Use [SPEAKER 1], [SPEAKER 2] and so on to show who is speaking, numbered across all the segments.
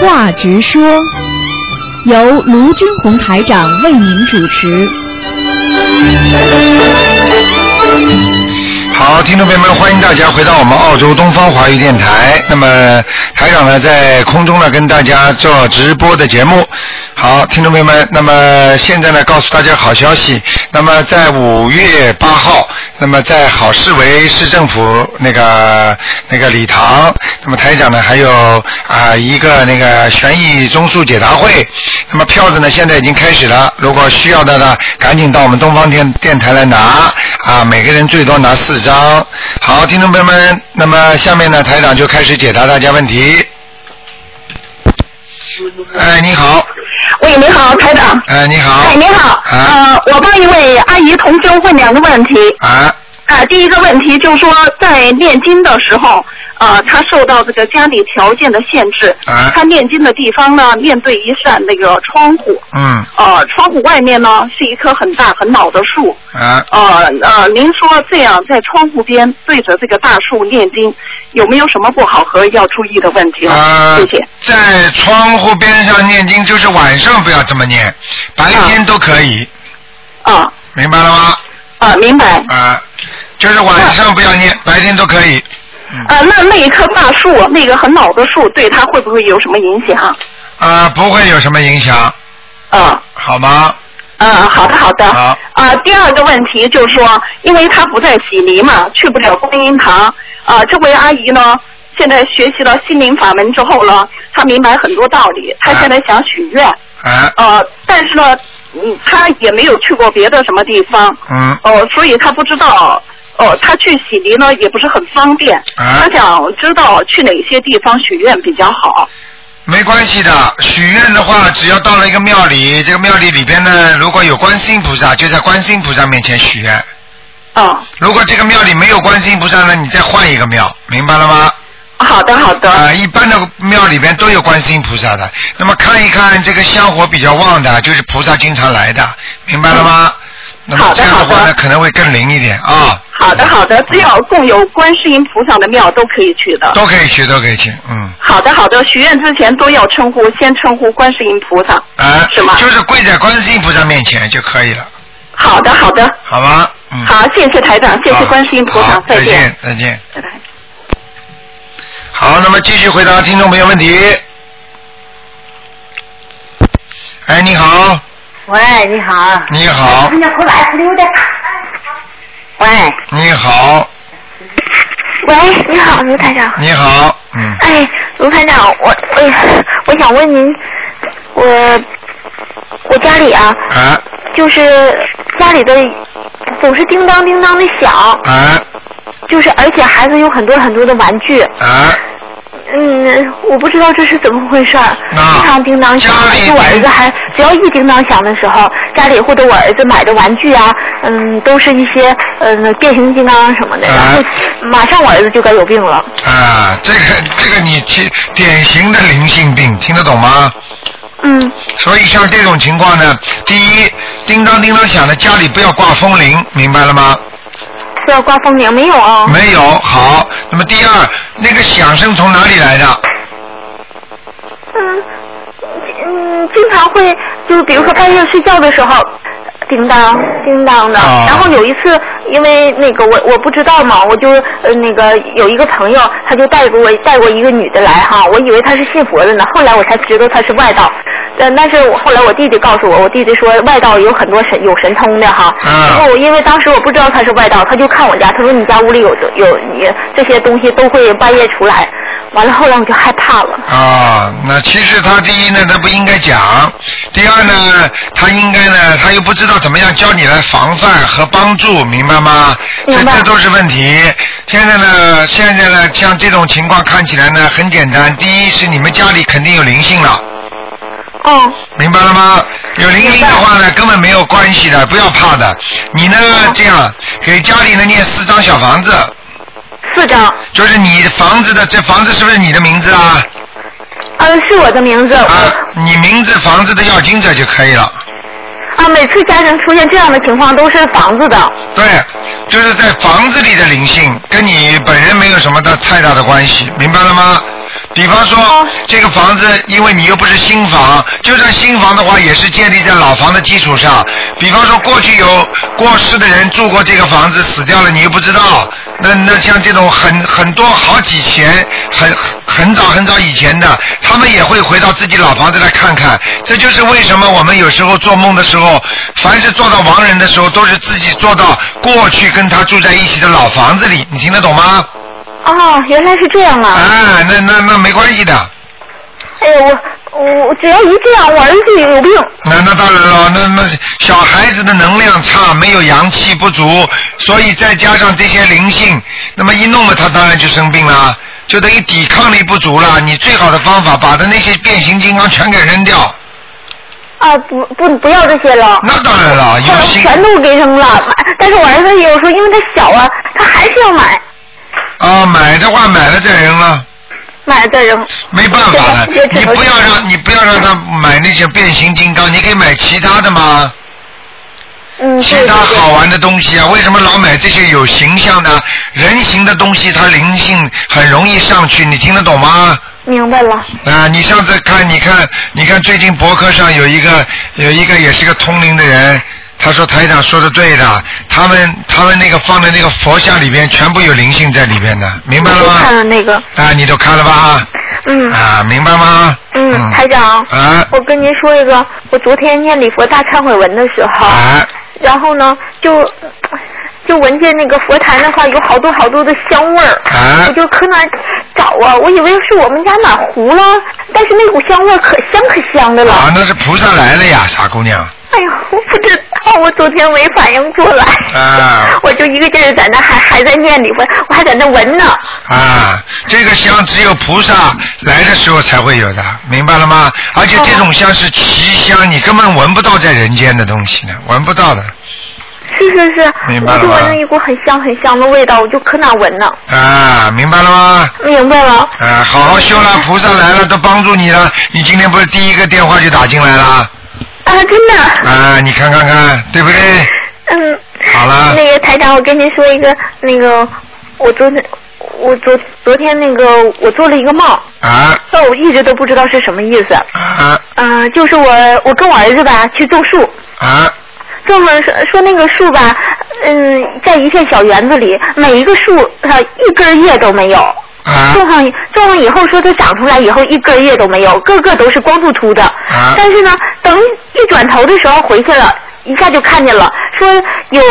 [SPEAKER 1] 话直说，由卢军红台长为您主持。
[SPEAKER 2] 好，听众朋友们，欢迎大家回到我们澳洲东方华语电台。那么台长呢，在空中呢跟大家做直播的节目。好，听众朋友们，那么现在呢，告诉大家好消息。那么在五月八号，那么在好市委市政府那个那个礼堂，那么台长呢还有啊、一个那个悬疑综述解答会。那么票子呢现在已经开始了，如果需要的呢，赶紧到我们东方电电台来拿啊，每个人最多拿四张。好，听众朋友们，那么下面呢，台长就开始解答大家问题。哎，你好，
[SPEAKER 3] 喂，你好，台长。
[SPEAKER 2] 哎，你好，
[SPEAKER 3] 哎，你好，
[SPEAKER 2] 啊
[SPEAKER 3] 呃，我帮一位阿姨同修问两个问题。
[SPEAKER 2] 啊，
[SPEAKER 3] 啊，第一个问题就是说，在念经的时候，呃，她受到这个家里条件的限制，
[SPEAKER 2] 啊
[SPEAKER 3] 她念经的地方呢，面对一扇那个窗户，
[SPEAKER 2] 嗯，
[SPEAKER 3] 呃，窗户外面呢是一棵很大很老的树，
[SPEAKER 2] 啊，
[SPEAKER 3] 呃呃，您说这样在窗户边对着这个大树念经，有没有什么不好和要注意的问题呢？
[SPEAKER 2] 啊
[SPEAKER 3] 谢谢。，
[SPEAKER 2] 在窗户边上念经，就是晚上不要这么念，白天都可以，
[SPEAKER 3] 啊
[SPEAKER 2] 明白了吗？
[SPEAKER 3] 啊，明白。
[SPEAKER 2] 啊，就是晚上不要念，白天都可以。
[SPEAKER 3] 啊，那那一棵大树，那个很老的树，对它会不会有什么影响？
[SPEAKER 2] 啊，不会有什么影响，
[SPEAKER 3] 啊，
[SPEAKER 2] 好吗？
[SPEAKER 3] 嗯，好的，好的。
[SPEAKER 2] 好
[SPEAKER 3] 啊，第二个问题就是说，因为她不在悉尼嘛，去不了观音堂。啊，这位阿姨呢，现在学习了心灵法门之后呢，她明白很多道理，她现在想许愿。
[SPEAKER 2] 啊，
[SPEAKER 3] 呃，但是呢，嗯，她也没有去过别的什么地方。
[SPEAKER 2] 嗯，
[SPEAKER 3] 哦，所以他不知道，哦，他去洗涤呢也不是很方便，
[SPEAKER 2] 啊
[SPEAKER 3] 他想知道去哪些地方许愿比较好。
[SPEAKER 2] 没关系的。许愿的话，只要到了一个庙里，这个庙里里边呢，如果有观世音菩萨，就在观世音菩萨面前许愿；
[SPEAKER 3] 嗯，
[SPEAKER 2] 如果这个庙里没有观世音菩萨呢，你再换一个庙，明白了吗？
[SPEAKER 3] 好的好的，
[SPEAKER 2] 啊、一般的庙里边都有观世音菩萨的。那么看一看这个香火比较旺的，就是菩萨经常来的，明白了吗？那么
[SPEAKER 3] 嗯好的
[SPEAKER 2] 这样的话
[SPEAKER 3] 好
[SPEAKER 2] 呢，
[SPEAKER 3] 的
[SPEAKER 2] 可能会更灵一点啊。嗯
[SPEAKER 3] 好的好的，只要供有观世音菩萨的庙都可以去的。
[SPEAKER 2] 都可以学，都可以去，嗯。
[SPEAKER 3] 好的好的，许愿之前都要称呼，先称呼观世音菩萨。
[SPEAKER 2] 啊，
[SPEAKER 3] 是吗
[SPEAKER 2] 就是跪在观世音菩萨面前就可以了，
[SPEAKER 3] 好的好的，
[SPEAKER 2] 好吗？嗯。
[SPEAKER 3] 好，谢谢台长，谢
[SPEAKER 2] 好
[SPEAKER 3] 谢观世音菩萨
[SPEAKER 2] 好，
[SPEAKER 3] 再
[SPEAKER 2] 再见，再见。
[SPEAKER 3] 拜拜。
[SPEAKER 2] 好，那么继续回答听众朋友问题。哎，你好，
[SPEAKER 4] 喂，你好。
[SPEAKER 2] 你
[SPEAKER 5] 哎
[SPEAKER 2] 好，
[SPEAKER 4] 家过来溜达。喂，
[SPEAKER 2] 你好，
[SPEAKER 5] 喂，你好，卢台长。
[SPEAKER 2] 你好，嗯，
[SPEAKER 5] 哎，卢台长，我我我想问您，我我家里啊，
[SPEAKER 2] 啊
[SPEAKER 5] 就是家里的总是叮当叮当的响，
[SPEAKER 2] 啊
[SPEAKER 5] 就是而且孩子有很多很多的玩具，
[SPEAKER 2] 啊，
[SPEAKER 5] 嗯，我不知道这是怎么回事儿，
[SPEAKER 2] 那
[SPEAKER 5] 经常叮当响，
[SPEAKER 2] 啊家
[SPEAKER 5] 而
[SPEAKER 2] 里
[SPEAKER 5] 且我儿子还只要一叮当响的时候，家里或者我儿子买的玩具啊，嗯，都是一些嗯变形金刚什么的，
[SPEAKER 2] 啊
[SPEAKER 5] 然后马上我儿子就该有病了。
[SPEAKER 2] 啊，这个这个你其典型的灵性病，听得懂吗？
[SPEAKER 5] 嗯，
[SPEAKER 2] 所以像这种情况呢，第一，叮当叮当响的家里不要挂风铃，明白了吗？
[SPEAKER 5] 是要挂风铃没有
[SPEAKER 3] 哦
[SPEAKER 5] 啊？
[SPEAKER 2] 没有，好。那么第二，那个响声从哪里来的？
[SPEAKER 5] 嗯嗯，经常会就比如说半夜睡觉的时候，叮当叮当的。
[SPEAKER 2] 啊
[SPEAKER 5] 然后有一次，因为那个我我不知道嘛，我就呃那个有一个朋友，他就带过我带过一个女的来哈，我以为她是信佛的呢，后来我才知道她是外道。但但是我后来我弟弟告诉我，我弟弟说外道有很多神有神通的哈。
[SPEAKER 2] 嗯
[SPEAKER 5] 然后我因为当时我不知道他是外道，他就看我家，他说你家屋里有有你这些东西都会半夜出来。完了后来我就害怕了。
[SPEAKER 2] 啊，那其实他第一呢，他不应该讲；第二呢，他应该呢，他又不知道怎么样教你来防范和帮助，明白吗？这
[SPEAKER 5] 明白
[SPEAKER 2] 这都是问题。现在呢，现在呢，像这种情况看起来呢，很简单。第一是你们家里肯定有灵性了，
[SPEAKER 5] 嗯。
[SPEAKER 2] 明白了吗？有灵性的话呢，根本没有关系的，不要怕的。你呢，
[SPEAKER 5] 哦
[SPEAKER 2] 这样给家里呢念四张小房子，
[SPEAKER 5] 四张，
[SPEAKER 2] 就是你房子的这房子是不是你的名字啊？
[SPEAKER 5] 呃，是我的名字。
[SPEAKER 2] 啊，你名字房子的要经者就可以了。
[SPEAKER 5] 我啊，每次家人出现这样的情况都是房子的。
[SPEAKER 2] 对，就是在房子里的灵性，跟你本人没有什么的太大的关系，明白了吗？比方
[SPEAKER 5] 哦
[SPEAKER 2] 说，这个房子，因为你又不是新房，就算新房的话，也是建立在老房的基础上。比方说，过去有过世的人住过这个房子，死掉了，你又不知道。那那像这种很很多好几前很很早很早以前的，他们也会回到自己老房子来看看。这就是为什么我们有时候做梦的时候，凡是做到亡人的时候，都是自己做到过去跟他住在一起的老房子里。你听得懂吗？
[SPEAKER 5] 哦，原来是这样啊！
[SPEAKER 2] 啊，那那那没关系的。
[SPEAKER 5] 哎呀，我我我只要一这样，我儿子有病。
[SPEAKER 2] 那那当然了，那那小孩子的能量差，没有阳气不足，所以再加上这些灵性，那么一弄了他当然就生病啦，就等于抵抗力不足了。你最好的方法，把他那些变形金刚全给扔掉。
[SPEAKER 5] 啊，不不不要这些了。
[SPEAKER 2] 那当然了，
[SPEAKER 5] 后
[SPEAKER 2] 有
[SPEAKER 5] 来
[SPEAKER 2] 心
[SPEAKER 5] 全都给扔了，买但是我儿子有时候因为他小啊，他还是要买，
[SPEAKER 2] 啊，买的话买了再扔了，
[SPEAKER 5] 买了再扔。
[SPEAKER 2] 没办法了
[SPEAKER 5] 对。
[SPEAKER 2] 你不要让你不要让他买那些变形金刚，你可以买其他的嘛。
[SPEAKER 5] 嗯，
[SPEAKER 2] 其
[SPEAKER 5] 对对
[SPEAKER 2] 他
[SPEAKER 5] 对
[SPEAKER 2] 好玩的东西啊，为什么老买这些有形象的、人形的东西？它灵性很容易上去，你听得懂吗？
[SPEAKER 5] 明白了。
[SPEAKER 2] 啊，你上次看，你看，你看，最近博客上有一个有一个也是个通灵的人，他说台长说的对的，他们他们那个放在那个佛像里边，全部有灵性在里边的，明白了
[SPEAKER 5] 我就看
[SPEAKER 2] 吗？
[SPEAKER 5] 了那个，
[SPEAKER 2] 啊，你都看了吧？
[SPEAKER 5] 嗯
[SPEAKER 2] 啊，明白吗？
[SPEAKER 5] 嗯，台长，
[SPEAKER 2] 啊
[SPEAKER 5] 我跟您说一个，我昨天念礼佛大忏悔文的时候，
[SPEAKER 2] 啊，
[SPEAKER 5] 然后呢，就就闻见那个佛坛的话，有好多好多的香味儿。
[SPEAKER 2] 啊
[SPEAKER 5] 我就可哪找啊，我以为是我们家哪糊了，但是那股香味儿可香可香的了。
[SPEAKER 2] 啊，那是菩萨来了呀，傻姑娘。
[SPEAKER 5] 哎呀，我不知道，我昨天没反应过来。
[SPEAKER 2] 啊
[SPEAKER 5] 我就一个劲儿在那还还在念礼佛，我还在那闻呢。
[SPEAKER 2] 啊，这个香只有菩萨来的时候才会有的，明白了吗？而且这种香是奇香，你根本闻不到在人间的东西呢，闻不到的
[SPEAKER 5] 是是是，
[SPEAKER 2] 明白了
[SPEAKER 5] 我就闻
[SPEAKER 2] 吗
[SPEAKER 5] 到一股很香很香的味道，我就可哪闻呢。
[SPEAKER 2] 啊，明白了吗？
[SPEAKER 5] 明白了。
[SPEAKER 2] 啊，好好修啦，菩萨来了都帮助你了，你今天不是第一个电话就打进来啦？
[SPEAKER 5] 啊，真的。
[SPEAKER 2] 啊，你看看看，对不对？
[SPEAKER 5] 嗯。
[SPEAKER 2] 好了
[SPEAKER 5] 那个台长，我跟您说一个，那个我昨天我昨昨天那个我做了一个梦，
[SPEAKER 2] 啊
[SPEAKER 5] 但我一直都不知道是什么意思。
[SPEAKER 2] 啊
[SPEAKER 5] 嗯、就是我我跟我儿子吧去种树，
[SPEAKER 2] 啊
[SPEAKER 5] 种了说说那个树吧，嗯，在一片小园子里，每一个树它一根叶都没有。
[SPEAKER 2] 啊
[SPEAKER 5] 种上种上以后，说它长出来以后一根叶都没有，个个都是光秃秃的。
[SPEAKER 2] 啊
[SPEAKER 5] 但是呢，等一转头的时候回去了，一下就看见了，说有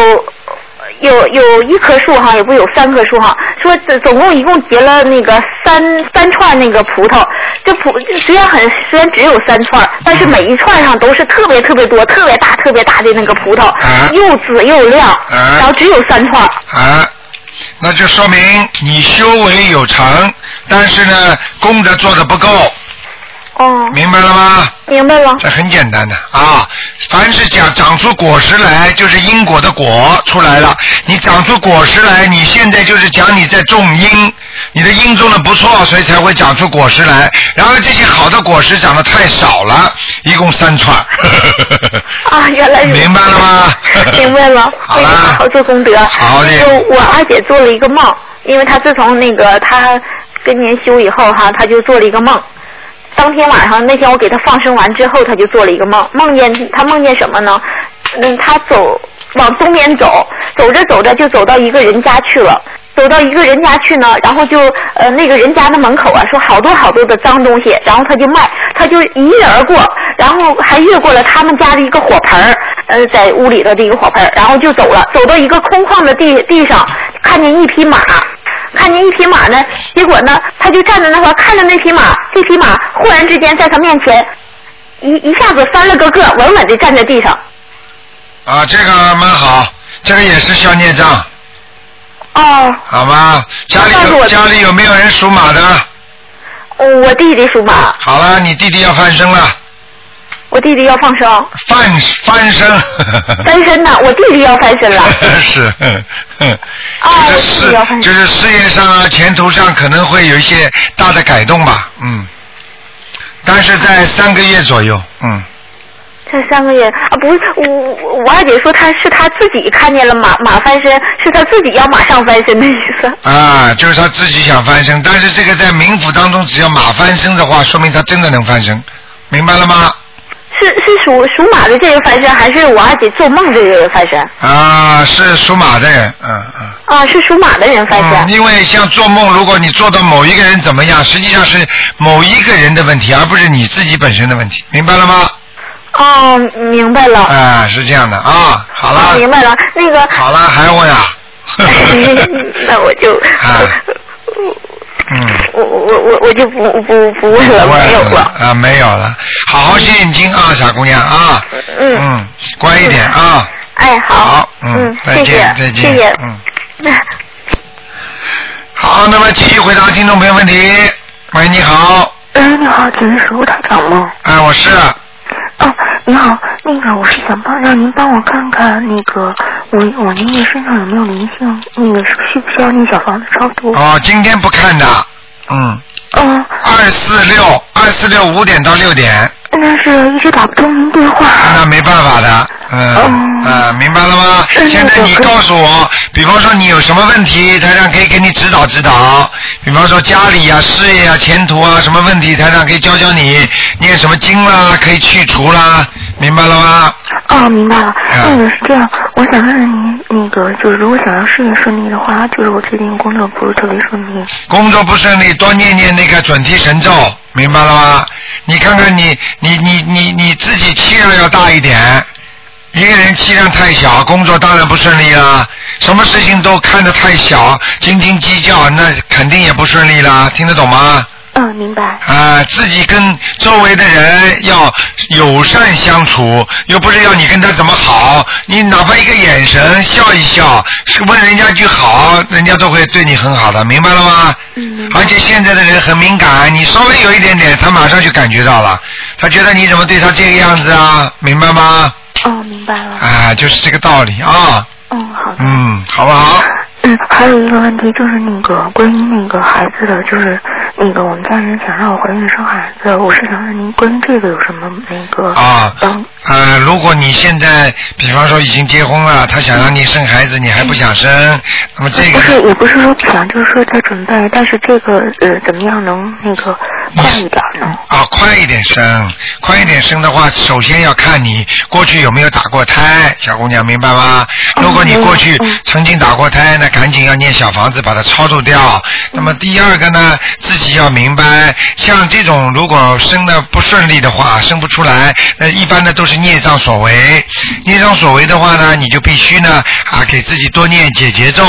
[SPEAKER 5] 有有一棵树哈，也不有三棵树哈，说总总共一共结了那个三三串那个葡萄，这葡虽然很虽然只有三串，但是每一串上都是特别特别多、特别大、特别大的那个葡萄，
[SPEAKER 2] 啊
[SPEAKER 5] 又紫又亮，
[SPEAKER 2] 啊
[SPEAKER 5] 然后只有三串。
[SPEAKER 2] 啊，那就说明你修为有成，但是呢，功德做的不够，
[SPEAKER 5] 哦，
[SPEAKER 2] 明白了吗？
[SPEAKER 5] 明白了。
[SPEAKER 2] 这很简单的啊，凡是讲长出果实来，就是因果的果出来了。你长出果实来，你现在就是讲你在种因，你的因种的不错，所以才会长出果实来。然后这些好的果实长得太少了，一共三串。
[SPEAKER 5] 啊，原来是
[SPEAKER 2] 明白了吗
[SPEAKER 5] 明白了，
[SPEAKER 2] 好
[SPEAKER 5] 那
[SPEAKER 2] 啦
[SPEAKER 5] 个好好做功德。
[SPEAKER 2] 好嘞
[SPEAKER 5] 就我二姐做了一个梦，因为她自从那个她跟年修以后哈，她就做了一个梦。当天晚上，那天我给她放生完之后，她就做了一个梦，梦见她梦见什么呢？嗯，她走往东边走，走着走着就走到一个人家去了。走到一个人家去呢，然后就呃那个人家的门口啊，说好多好多的脏东西，然后他就卖，他就一跃而过，然后还越过了他们家的一个火盆儿，呃，在屋里头的一个火盆儿，然后就走了，走到一个空旷的地地上，看见一匹马。看见一匹马呢，结果呢，他就站在那块儿看着那匹马，这匹马忽然之间在他面前一一下子翻了个个，稳稳的站在地上。
[SPEAKER 2] 啊，这个蛮好，这个也是消孽障，
[SPEAKER 5] 哦，
[SPEAKER 2] 好吗？家里
[SPEAKER 5] 那是
[SPEAKER 2] 有
[SPEAKER 5] 我
[SPEAKER 2] 家里有没有人属马的？
[SPEAKER 5] 哦我弟弟属马，
[SPEAKER 2] 好了，你弟弟要翻身了，
[SPEAKER 5] 我弟弟要放生，
[SPEAKER 2] 翻翻身。
[SPEAKER 5] 翻身呢，我弟弟要翻身了。
[SPEAKER 2] 嗯 是，嗯嗯
[SPEAKER 5] 啊
[SPEAKER 2] 就
[SPEAKER 5] 我
[SPEAKER 2] 是
[SPEAKER 5] 自己要
[SPEAKER 2] 事
[SPEAKER 5] 看
[SPEAKER 2] 就是事业上啊，前途上可能会有一些大的改动吧，嗯，但是在三个月左右，嗯，
[SPEAKER 5] 这三个月啊，不是我我我二姐说她是她自己看见了马马翻身，是她自己要马上翻身的意思。
[SPEAKER 2] 啊，就是他自己想翻身，但是这个在冥府当中，只要马翻身的话，说明他真的能翻身，明白了吗？
[SPEAKER 5] 是是属属马的这个翻身，还是我二姐做梦这个翻身？
[SPEAKER 2] 啊，是属马的人，嗯嗯。
[SPEAKER 5] 啊，是属马的人翻身。
[SPEAKER 2] 嗯，因为像做梦，如果你做到某一个人怎么样，实际上是某一个人的问题，而不是你自己本身的问题，明白了吗？
[SPEAKER 5] 哦，明白了。
[SPEAKER 2] 啊，是这样的啊，好
[SPEAKER 5] 啊
[SPEAKER 2] 了，
[SPEAKER 5] 明白了。那个，
[SPEAKER 2] 好了，还要问啊？
[SPEAKER 5] 那我就，
[SPEAKER 2] 啊嗯。
[SPEAKER 5] 我我我我就不不不问了，没有了。
[SPEAKER 2] 啊，没有了，好好念经啊，傻姑娘啊，
[SPEAKER 5] 嗯
[SPEAKER 2] 嗯，乖一点啊，
[SPEAKER 5] 哎，
[SPEAKER 2] 好，
[SPEAKER 5] 嗯，
[SPEAKER 2] 再
[SPEAKER 5] 谢谢
[SPEAKER 2] 见，再见，
[SPEAKER 5] 谢谢。
[SPEAKER 2] 嗯，
[SPEAKER 6] 哎
[SPEAKER 2] 好，那么继续回答听众朋友问题。喂，你好，
[SPEAKER 6] 哎，你好，请问是卢台长吗？
[SPEAKER 2] 哎，我是，
[SPEAKER 6] 哦，你好，那个我是想帮让您帮我看看那个我我那个身上有没有灵性，那个需不需要那小房子超
[SPEAKER 5] 嗯
[SPEAKER 6] 度？
[SPEAKER 2] 哦，今天不看的，嗯，
[SPEAKER 6] 嗯，
[SPEAKER 2] 二四六，二四六五点到六点，
[SPEAKER 6] 但是一直打不通您电话。
[SPEAKER 2] 啊那没办法的，嗯，
[SPEAKER 6] 嗯
[SPEAKER 2] 啊，明白了吗？
[SPEAKER 6] 是
[SPEAKER 2] 现在
[SPEAKER 6] 那个
[SPEAKER 2] 你
[SPEAKER 6] 跟
[SPEAKER 2] 告诉我，比方说你有什么问题，台长可以给你指导指导。比方说家里呀、事业呀、前途啊，什么问题，台长可以教教你念什么经啦，可以去除啦，明白了吗？
[SPEAKER 6] 哦，明白了。
[SPEAKER 2] 嗯
[SPEAKER 6] 那个是这样，我想问问您，那个就是如果想要事业顺利的话，就是我最近工作不是特别顺利。
[SPEAKER 2] 工作不顺利，多念念那个准提神咒，明白了吗？你看看你，你你你你自己气量要大一点。一个人气量太小，工作当然不顺利啦。什么事情都看得太小，斤斤计较，那肯定也不顺利啦。听得懂吗？
[SPEAKER 6] 嗯，明白。
[SPEAKER 2] 啊，自己跟周围的人要友善相处，又不是要你跟他怎么好，你哪怕一个眼神笑一笑，是问人家句好，人家都会对你很好的，明白了吗？
[SPEAKER 6] 嗯，
[SPEAKER 2] 而且现在的人很敏感，你稍微有一点点，他马上就感觉到了，他觉得你怎么对他这个样子啊，明白吗？
[SPEAKER 6] 哦，明白了。
[SPEAKER 2] 啊，就是这个道理啊，
[SPEAKER 6] 嗯，好的。
[SPEAKER 2] 嗯，好不好？
[SPEAKER 6] 嗯，还有一个问题就是那个关于那个孩子的，就是那个我们家人想让我怀孕生孩子，我是想问您关于这个有什么那个
[SPEAKER 2] 啊
[SPEAKER 6] 帮
[SPEAKER 2] 呃，如果你现在，比方说已经结婚了，他想让你生孩子，你还不想生，那么这
[SPEAKER 6] 不
[SPEAKER 2] 个
[SPEAKER 6] 是也不是说不想，就是说在准备，但是这个呃怎么样能那个
[SPEAKER 2] 嗯
[SPEAKER 6] 快一点呢？
[SPEAKER 2] 啊，快一点生，快一点生的话，首先要看你过去有没有打过胎，小姑娘明白吗？
[SPEAKER 6] 嗯
[SPEAKER 2] 如果你过去
[SPEAKER 6] 没有嗯
[SPEAKER 2] 曾经打过胎，那赶紧要念小房子把它超度掉。
[SPEAKER 6] 嗯
[SPEAKER 2] 那么第二个呢，自己要明白，像这种如果生的不顺利的话，生不出来，那一般的都是孽障所为。孽障所为的话呢，你就必须呢啊，给自己多念解结咒，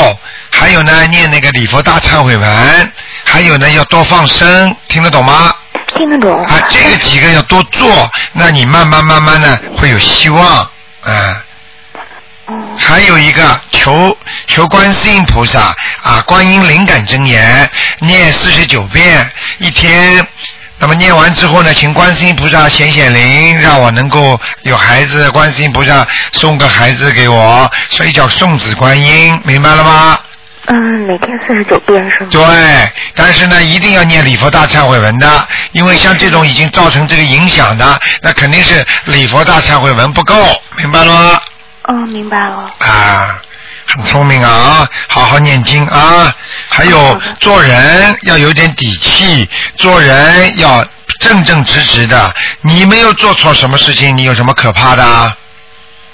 [SPEAKER 2] 还有呢念那个礼佛大忏悔文，还有呢要多放生，听得懂吗？
[SPEAKER 6] 听得懂？
[SPEAKER 2] 啊，这个几个要多做，那你慢慢慢慢的会有希望啊。
[SPEAKER 6] 嗯
[SPEAKER 2] 还有一个求求观世音菩萨啊，观音灵感真言，念四十九遍一天。那么念完之后呢，请观世音菩萨显显灵，让我能够有孩子。观世音菩萨送个孩子给我，所以叫送子观音，明白了吗？
[SPEAKER 6] 嗯，每天四十九遍是吗？
[SPEAKER 2] 对，但是呢，一定要念礼佛大忏悔文的，因为像这种已经造成这个影响的，那肯定是礼佛大忏悔文不够，明白了吗？
[SPEAKER 6] 嗯，明白了。
[SPEAKER 2] 啊，很聪明啊啊，好好念经啊，还有做人要有点底气，做人要正正直直的，你没有做错什么事情，你有什么可怕的啊？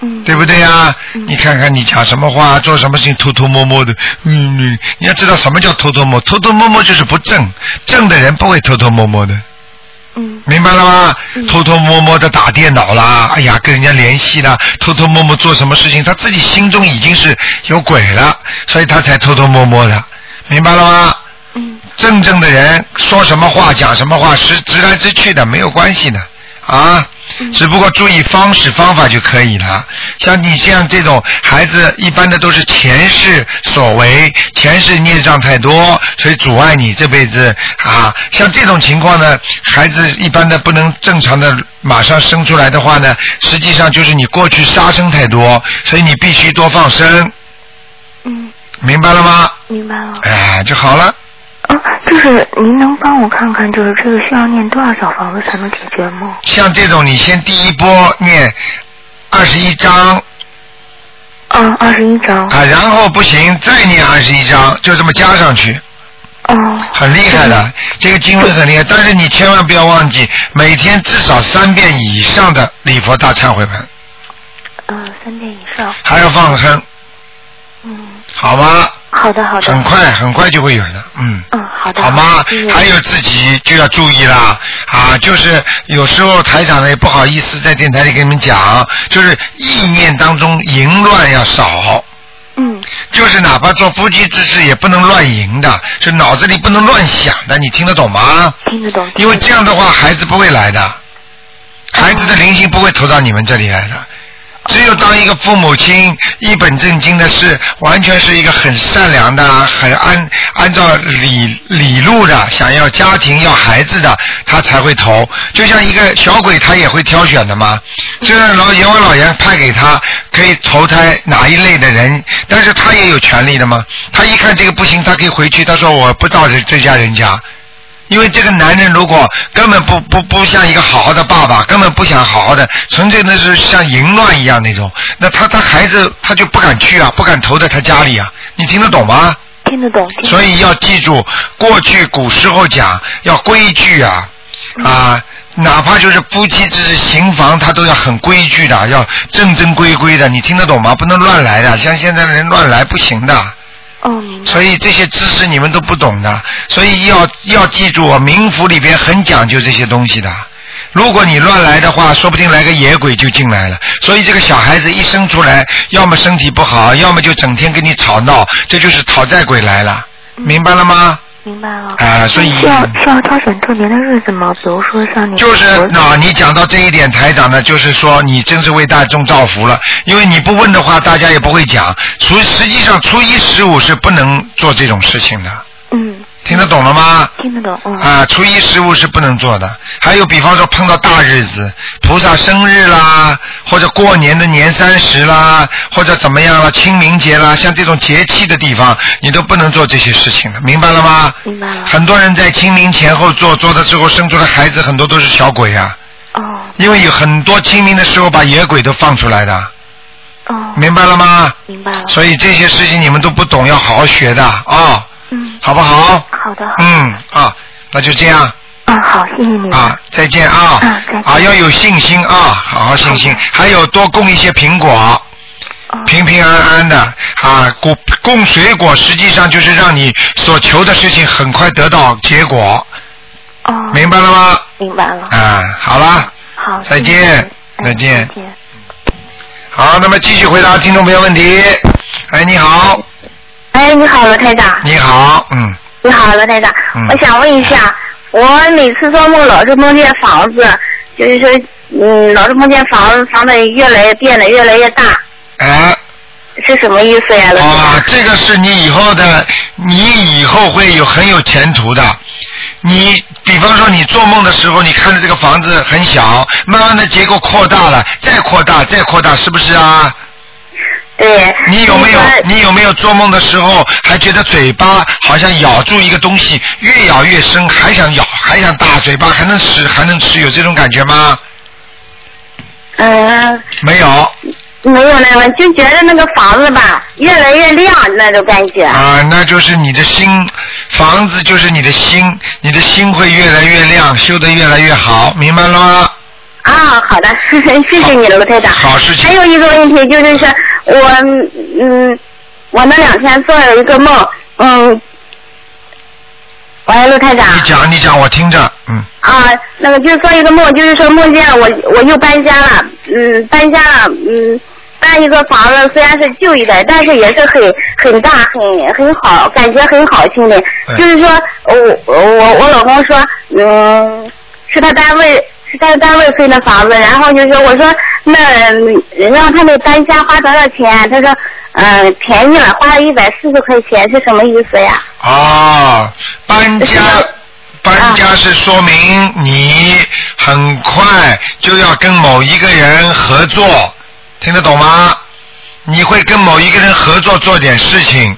[SPEAKER 6] 嗯，
[SPEAKER 2] 对不对啊？
[SPEAKER 6] 嗯
[SPEAKER 2] 你看看你讲什么话，做什么事情偷偷摸摸的，嗯，你你要知道什么叫偷偷摸，偷偷摸摸就是不正，正的人不会偷偷摸摸的，
[SPEAKER 6] 嗯
[SPEAKER 2] 明白了吗？偷偷摸摸的打电脑啦，哎呀，跟人家联系啦，偷偷摸摸做什么事情，他自己心中已经是有鬼了，所以他才偷偷摸摸的，明白了吗？
[SPEAKER 6] 嗯
[SPEAKER 2] 真正的人说什么话讲什么话是直来直去的，没有关系的啊。只不过注意方式方法就可以了。像你像这种孩子，一般的都是前世所为，前世孽障太多，所以阻碍你这辈子啊。像这种情况呢，孩子一般的不能正常的马上生出来的话呢，实际上就是你过去杀生太多，所以你必须多放生，
[SPEAKER 6] 嗯，
[SPEAKER 2] 明白了吗？
[SPEAKER 6] 明白了。
[SPEAKER 2] 哎，就好了。
[SPEAKER 6] 啊，就是您能帮我看看，就是这个需要念多少小房子才能解决吗？
[SPEAKER 2] 像这种，你先第一波念二十一章
[SPEAKER 6] 啊，二十一张。
[SPEAKER 2] 啊，然后不行再念二十一章，就这么加上去，啊
[SPEAKER 6] 哦，
[SPEAKER 2] 很厉害的，这个经文很厉害。但是你千万不要忘记，每天至少三遍以上的礼佛大忏悔文，
[SPEAKER 6] 嗯，三遍以上。
[SPEAKER 2] 还要放生，
[SPEAKER 6] 嗯，
[SPEAKER 2] 好吗？
[SPEAKER 6] 好的，好的。
[SPEAKER 2] 很快很快就会有的，嗯。
[SPEAKER 6] 嗯，好的。嗯
[SPEAKER 2] 好吗
[SPEAKER 6] 谢谢？
[SPEAKER 2] 还有自己就要注意啦啊！就是有时候台长呢也不好意思在电台里跟你们讲，就是意念当中淫乱要少，
[SPEAKER 6] 嗯，
[SPEAKER 2] 就是哪怕做夫妻之事也不能乱淫的，就脑子里不能乱想的，你听得懂吗？
[SPEAKER 6] 听得懂。
[SPEAKER 2] 因为这样的话孩子不会来的，孩子的灵性不会投到你们这里来的。只有当一个父母亲一本正经的是，完全是一个很善良的、很按按照理理路的，想要家庭、要孩子的，他才会投。就像一个小鬼，他也会挑选的嘛。虽然老阎王老爷派给他可以投胎哪一类的人，但是他也有权利的嘛。他一看这个不行，他可以回去，他说我不到这这家人家。因为这个男人如果根本不不不像一个好好的爸爸，根本不想好好的，纯粹的是像淫乱一样那种，那他他孩子他就不敢去啊，不敢投在他家里啊，你听得懂吗？
[SPEAKER 6] 听得懂。听得懂
[SPEAKER 2] 所以要记住，过去古时候讲要规矩啊，啊，哪怕就是夫妻之事行房，他都要很规矩的，要正正规规的，你听得懂吗？不能乱来的，像现在的人乱来不行的。
[SPEAKER 6] 哦，明白。
[SPEAKER 2] 所以这些知识你们都不懂的，所以要要记住啊，冥府里边很讲究这些东西的。如果你乱来的话，说不定来个野鬼就进来了。所以这个小孩子一生出来，要么身体不好，要么就整天跟你吵闹，这就是讨债鬼来了，明白了吗？
[SPEAKER 6] 明白了。嗯
[SPEAKER 2] 啊、所以
[SPEAKER 6] 需要需要挑选特别的日子吗？比如说像你
[SPEAKER 2] 就是那，你讲到这一点，台长呢，就是说你真是为大众造福了，因为你不问的话，大家也不会讲。所以实际上初一十五是不能做这种事情的，
[SPEAKER 6] 嗯，
[SPEAKER 2] 听得懂了吗？
[SPEAKER 6] 听得懂，嗯，
[SPEAKER 2] 啊，初一十五是不能做的。还有，比方说碰到大日子，菩萨生日啦，或者过年的年三十啦，或者怎么样啦，清明节啦，像这种节气的地方，你都不能做这些事情了，明白了吗？
[SPEAKER 6] 明白了。
[SPEAKER 2] 很多人在清明前后做，做了之后生出的孩子很多都是小鬼啊，
[SPEAKER 6] 哦
[SPEAKER 2] 因为有很多清明的时候把野鬼都放出来的，
[SPEAKER 6] 哦，
[SPEAKER 2] 明白了吗？
[SPEAKER 6] 明白了。
[SPEAKER 2] 所以这些事情你们都不懂，要好好学的啊、
[SPEAKER 6] 嗯，
[SPEAKER 2] 好不好？
[SPEAKER 6] 好的，好的
[SPEAKER 2] 嗯啊，那就这样。
[SPEAKER 6] 嗯，好，谢谢您。
[SPEAKER 2] 啊，再见啊！
[SPEAKER 6] 嗯再见
[SPEAKER 2] 啊，要有信心啊，好好信心
[SPEAKER 6] 好，
[SPEAKER 2] 还有多供一些苹果，
[SPEAKER 6] 哦
[SPEAKER 2] 平平安安的啊。供供水果实际上就是让你所求的事情很快得到结果，
[SPEAKER 6] 哦，
[SPEAKER 2] 明白了吗？
[SPEAKER 6] 明白了。
[SPEAKER 2] 啊，好啦，
[SPEAKER 6] 好，
[SPEAKER 2] 再
[SPEAKER 6] 谢谢
[SPEAKER 2] 见
[SPEAKER 6] 您哎
[SPEAKER 2] 再见
[SPEAKER 6] 再见。
[SPEAKER 2] 好，那么继续回答听众朋友问题。哎，你好，
[SPEAKER 5] 哎，你好，罗台长。
[SPEAKER 2] 你好，嗯，
[SPEAKER 5] 你好，罗台长，
[SPEAKER 2] 嗯哎
[SPEAKER 5] 我想问一下，我每次做梦老是梦见房子，就是说，嗯，老是梦见房子，房子越来越变得越来越大，
[SPEAKER 2] 哎，
[SPEAKER 5] 是什么意思呀，罗台长？
[SPEAKER 2] 啊，这个是你以后的，你以后会有很有前途的。你比方说，你做梦的时候，你看着这个房子很小，慢慢的结构扩大了，再扩大，再扩大，是不是啊？
[SPEAKER 5] 对。
[SPEAKER 2] 你有没有
[SPEAKER 5] 那个
[SPEAKER 2] 你有没有做梦的时候还觉得嘴巴好像咬住一个东西，越咬越深，还想咬，还想大，嘴巴还能吃，还能吃，有这种感觉吗？
[SPEAKER 5] 嗯，
[SPEAKER 2] 没有
[SPEAKER 5] 没有那个，就觉得那个房子吧，越来越亮那种感觉。
[SPEAKER 2] 啊，那就是你的心，房子就是你的心，你的心会越来越亮，修得越来越好，明白了吗？
[SPEAKER 5] 啊，好的， 谢谢你了，罗台长。
[SPEAKER 2] 好事情
[SPEAKER 5] 还有一个问题就是说，我嗯，我那两天做了一个梦，嗯，喂，罗台长。
[SPEAKER 2] 你讲，你讲，我听着，嗯，
[SPEAKER 5] 啊，那个就做一个梦，就是说梦见我我又搬家了，嗯，搬家了，嗯，搬一个房子，虽然是旧一点，但是也是很很大，很很好，感觉很好，兄弟
[SPEAKER 2] 嗯。
[SPEAKER 5] 就是说，我我我老公说，嗯，是他单位是他单位分的房子，然后就说我说那嗯让他们搬家花多少钱？他说，嗯、便宜了，花了一百四十块钱，是什么意思呀？
[SPEAKER 2] 哦，搬家
[SPEAKER 5] 是的，
[SPEAKER 2] 搬家是说明你很快就要跟某一个人合作，听得懂吗？你会跟某一个人合作做点事情，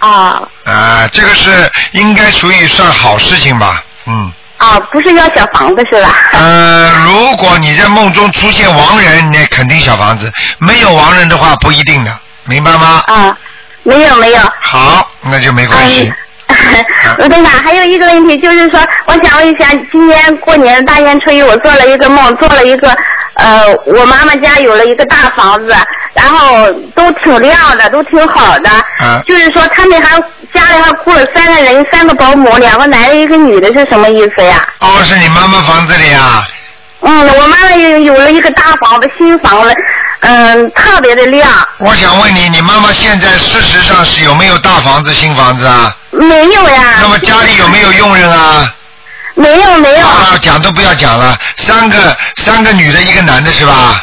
[SPEAKER 5] 啊
[SPEAKER 2] 啊，这个是应该属于算好事情吧？嗯。
[SPEAKER 5] 啊，不是要小房子是吧？
[SPEAKER 2] 呃，如果你在梦中出现亡人，那肯定小房子；没有亡人的话，不一定的，明白吗？
[SPEAKER 5] 啊，没有没有。
[SPEAKER 2] 好，那就没关系。
[SPEAKER 5] 哎，罗队长，还有一个问题就是说，我想问一下，今年过年大年初一，我做了一个梦，做了一个，呃，我妈妈家有了一个大房子，然后都挺亮的，都挺好的，
[SPEAKER 2] 啊
[SPEAKER 5] 就是说他们还家里还雇了三个人，三个保姆，两个男的，一个女的，是什么意思呀？
[SPEAKER 2] 哦，是你妈妈房子里啊？
[SPEAKER 5] 嗯，我妈妈有有了一个大房子，新房子，嗯，特别的亮，
[SPEAKER 2] 我想问你，你妈妈现在事实上是有没有大房子、新房子啊？
[SPEAKER 5] 没有呀，
[SPEAKER 2] 那么家里有没有佣人啊？
[SPEAKER 5] 没有没有，
[SPEAKER 2] 啊，讲都不要讲了，三个三个女的，一个男的是吧？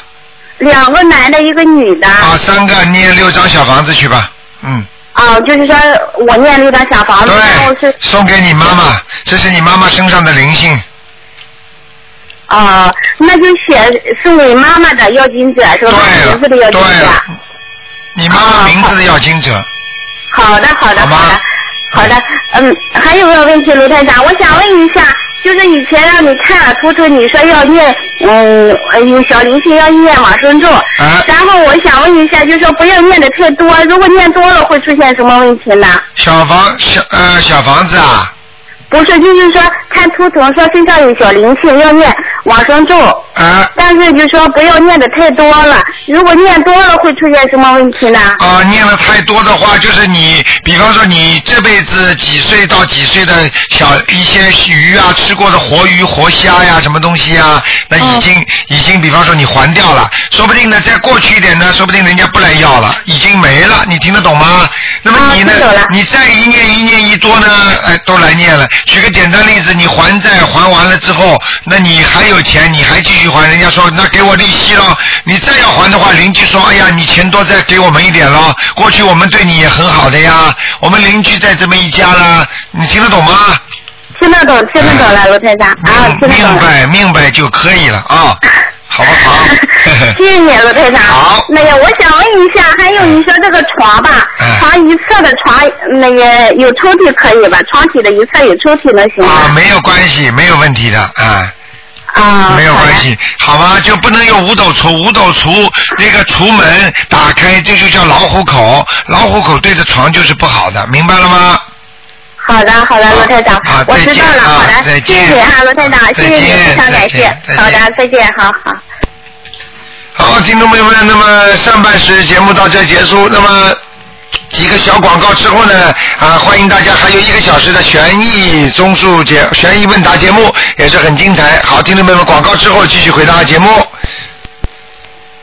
[SPEAKER 5] 两个男的，一个女的。
[SPEAKER 2] 啊，三个捏六张小房子去吧，嗯，
[SPEAKER 5] 啊，就是说我念六张小房子，然后
[SPEAKER 2] 对
[SPEAKER 5] 是，
[SPEAKER 2] 送给你妈妈，这是你妈妈身上的灵性，
[SPEAKER 5] 啊、那就写是你妈妈的要金者是
[SPEAKER 2] 对
[SPEAKER 5] 吧？
[SPEAKER 2] 了
[SPEAKER 5] 名字，的要金啊
[SPEAKER 2] 对
[SPEAKER 5] 者。
[SPEAKER 2] 了，你妈妈名字的要经者，
[SPEAKER 5] 好的，好的，
[SPEAKER 2] 好
[SPEAKER 5] 好
[SPEAKER 2] 吗
[SPEAKER 5] 的，好的。嗯，还有个问题，卢台长，我想问一下，就是以前让你看了图腾，你说要念，嗯，呃有小灵性要念往生咒，
[SPEAKER 2] 啊，
[SPEAKER 5] 然后我想问一下，就是说不要念的太多，如果念多了会出现什么问题呢？
[SPEAKER 2] 小房小呃小房子啊，
[SPEAKER 5] 不是，就是说看图腾说身上有小灵性要念往生咒，
[SPEAKER 2] 啊
[SPEAKER 5] 但是就说不要念的太多了，如果念多了会出现什么问题呢？
[SPEAKER 2] 啊，念了太多的话，就是你，比方说你这辈子几岁到几岁的小一些鱼啊，吃过的活鱼、活虾呀，什么东西啊，那
[SPEAKER 5] 嗯
[SPEAKER 2] 已经、已经，比方说你还掉了，说不定呢，再过去一点呢，说不定人家不来要了，已经没了，你听得懂吗？那么
[SPEAKER 5] 啊
[SPEAKER 2] 你呢
[SPEAKER 5] 听懂了？
[SPEAKER 2] 你再一念一念一多呢，哎，都来念了。举个简单例子，你还债还完了之后，那你还有钱，你还继续还，人家说那给我利息咯。你再要还的话，邻居说，哎呀，你钱多再给我们一点咯。过去我们对你也很好的呀，我们邻居在这么一家啦，你听得懂吗？
[SPEAKER 5] 听得懂，听得懂了，罗台长啊，
[SPEAKER 2] 明嗯
[SPEAKER 5] 听得懂
[SPEAKER 2] 明
[SPEAKER 5] 了。
[SPEAKER 2] 白明白就可以了啊，好不好？
[SPEAKER 5] 谢谢你，罗台长。
[SPEAKER 2] 好
[SPEAKER 5] 那个，我想问一下，还有你说这个床吧，
[SPEAKER 2] 哎
[SPEAKER 5] 床一侧的床，那个有抽屉可以吧？床体的一侧有抽屉能行
[SPEAKER 2] 啊，
[SPEAKER 5] 吗？
[SPEAKER 2] 没有关系，没有问题的啊。
[SPEAKER 5] 啊，
[SPEAKER 2] 没有
[SPEAKER 5] 好的
[SPEAKER 2] 关。系，好吧，就不能用五斗橱，五斗橱那个橱门打开，这就叫老虎口，老虎口对着床就是不好的，明白了吗？
[SPEAKER 5] 好的，好的，罗台长
[SPEAKER 2] 啊，
[SPEAKER 5] 我
[SPEAKER 2] 再
[SPEAKER 5] 知
[SPEAKER 2] 见
[SPEAKER 5] 道了。
[SPEAKER 2] 啊
[SPEAKER 5] 好的
[SPEAKER 2] 再，
[SPEAKER 5] 谢
[SPEAKER 2] 见
[SPEAKER 5] 谢啊，罗台长，谢
[SPEAKER 2] 再
[SPEAKER 5] 谢你，
[SPEAKER 2] 见
[SPEAKER 5] 非常感谢
[SPEAKER 2] 再见再见。
[SPEAKER 5] 好的，再见，好好。
[SPEAKER 2] 好，听众朋友们，那么上半时节目到这儿结束，那么。几个小广告之后呢，啊，欢迎大家还有一个小时的悬疑综述节、悬疑问答节目，也是很精彩。好，听众朋友们，广告之后继续回答节目。